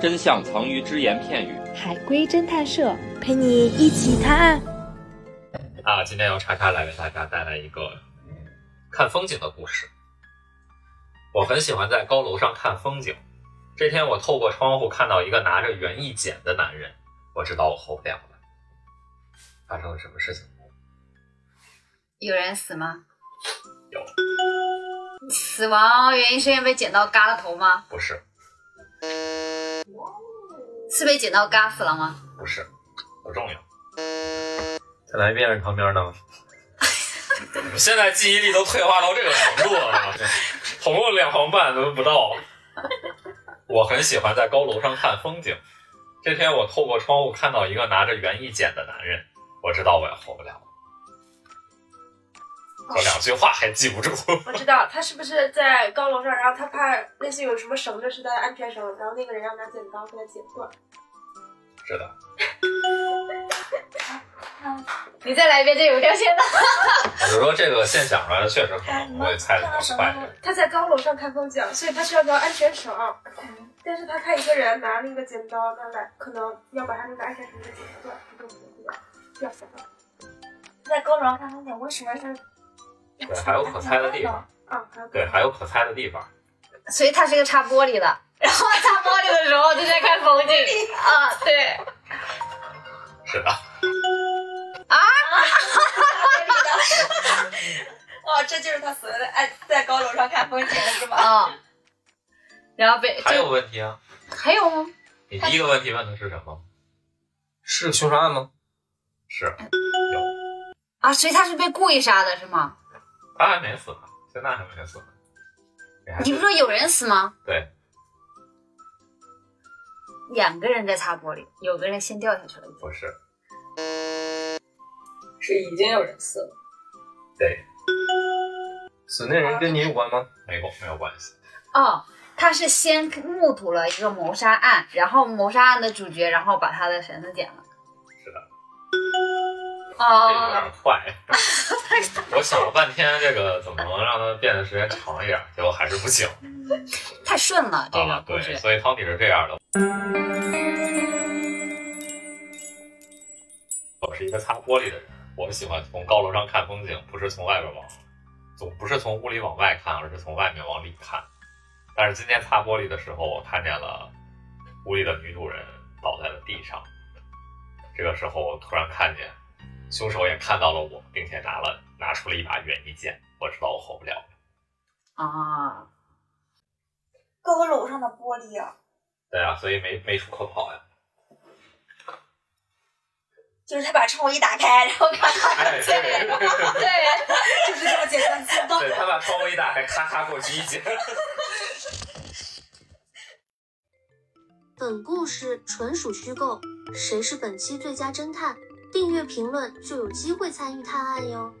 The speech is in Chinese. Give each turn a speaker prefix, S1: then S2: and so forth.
S1: 真相藏于只言片语。
S2: 海龟侦探社陪你一起探案。
S3: 啊，今天由叉叉来为大家带来一个嗯看风景的故事。我很喜欢在高楼上看风景。这天，我透过窗户看到一个拿着园艺剪的男人，我知道我活不了了。发生了什么事情？
S4: 有人死吗？
S3: 有，
S4: 死亡原因是因为被剪刀嘎了头吗？
S3: 不是，
S4: 是被剪刀嘎死了吗？
S3: 不是，不重要。再来一遍，旁边呢？ 现在记忆力都退化到这个程度 了，总共两行半都不到。我很喜欢在高楼上看风景。这天，我透过窗户看到一个拿着园艺剪的男人，我知道我也活不了了。这两句话还记不住，
S5: 我知道他是不是在高楼上，然后他怕类似有什么绳子是他的安全绳，然后那个人要拿剪刀给他剪断。
S3: 是的。
S4: 你再来一遍，这有条线的。
S3: 我就说这个现象呢，确实
S5: 哎
S3: 可能不会猜的是坏人。
S5: 他在高楼上看风景，所以他需要条安全绳。但是他看一个人拿那个剪刀，那来可能要把他那个安全绳给剪断，就不能掉下来。
S6: 在高楼上看风景，为什么是？
S3: 对，还有可猜的地方。
S5: 啊，还有
S3: 对，还有可猜的地方。
S4: 所以他是个擦玻璃的， 然后擦玻璃的时候就在看风景 啊，对。
S3: 是的，
S6: 哦，这就是他所谓的爱在高楼上看风景，是吗？
S4: 啊，然后被
S3: 还有
S4: 就
S3: 问题啊？
S4: 还有吗？
S3: 你第一个问题问的是什么？
S7: 是凶杀案吗？
S3: 是，
S4: 啊，所以他是被故意杀的是吗？
S3: 他还没死呢，现在还没死呢。你还
S4: 你不是说有人死吗？
S3: 对，
S4: 两个人在擦玻璃，有个人先掉下去了。
S3: 不是，
S8: 是已经有人死了。
S3: 对，
S7: 死那人跟你有关吗？
S3: 没有没有关系。
S4: 哦，他是先目睹了一个谋杀案，然后谋杀案的主角，然后把他的绳子剪了。
S3: 是的，这个有
S4: 哦，
S3: 点 快。我想了半天，这个怎么能让它变得时间长一点？结果还是不行
S4: 太顺了这个
S3: 啊。
S4: 故
S3: 对，
S4: 事。
S3: 所以汤底是这样的。我是一个擦玻璃的人，我喜欢从高楼上看风景，不是从外边往，总不是从屋里往外看，而是从外面往里看。但是今天擦玻璃的时候，我看见了屋里的女主人倒在了地上。这个时候，我突然看见凶手也看到了我，并且拿了拿出了一把园艺剑。我知道我活不了了。
S4: 啊，
S6: 高楼上的玻璃啊，
S3: 对啊，所以没没处可跑呀。
S6: 就是他把窗户一打开，然后看到
S3: 哎，对，
S6: 对，就是这么简单粗暴。
S3: 对他把窗户一打开，咔咔过去一剪。
S9: 本故事纯属虚构，谁是本期最佳侦探？订阅评论就有机会参与探案哟。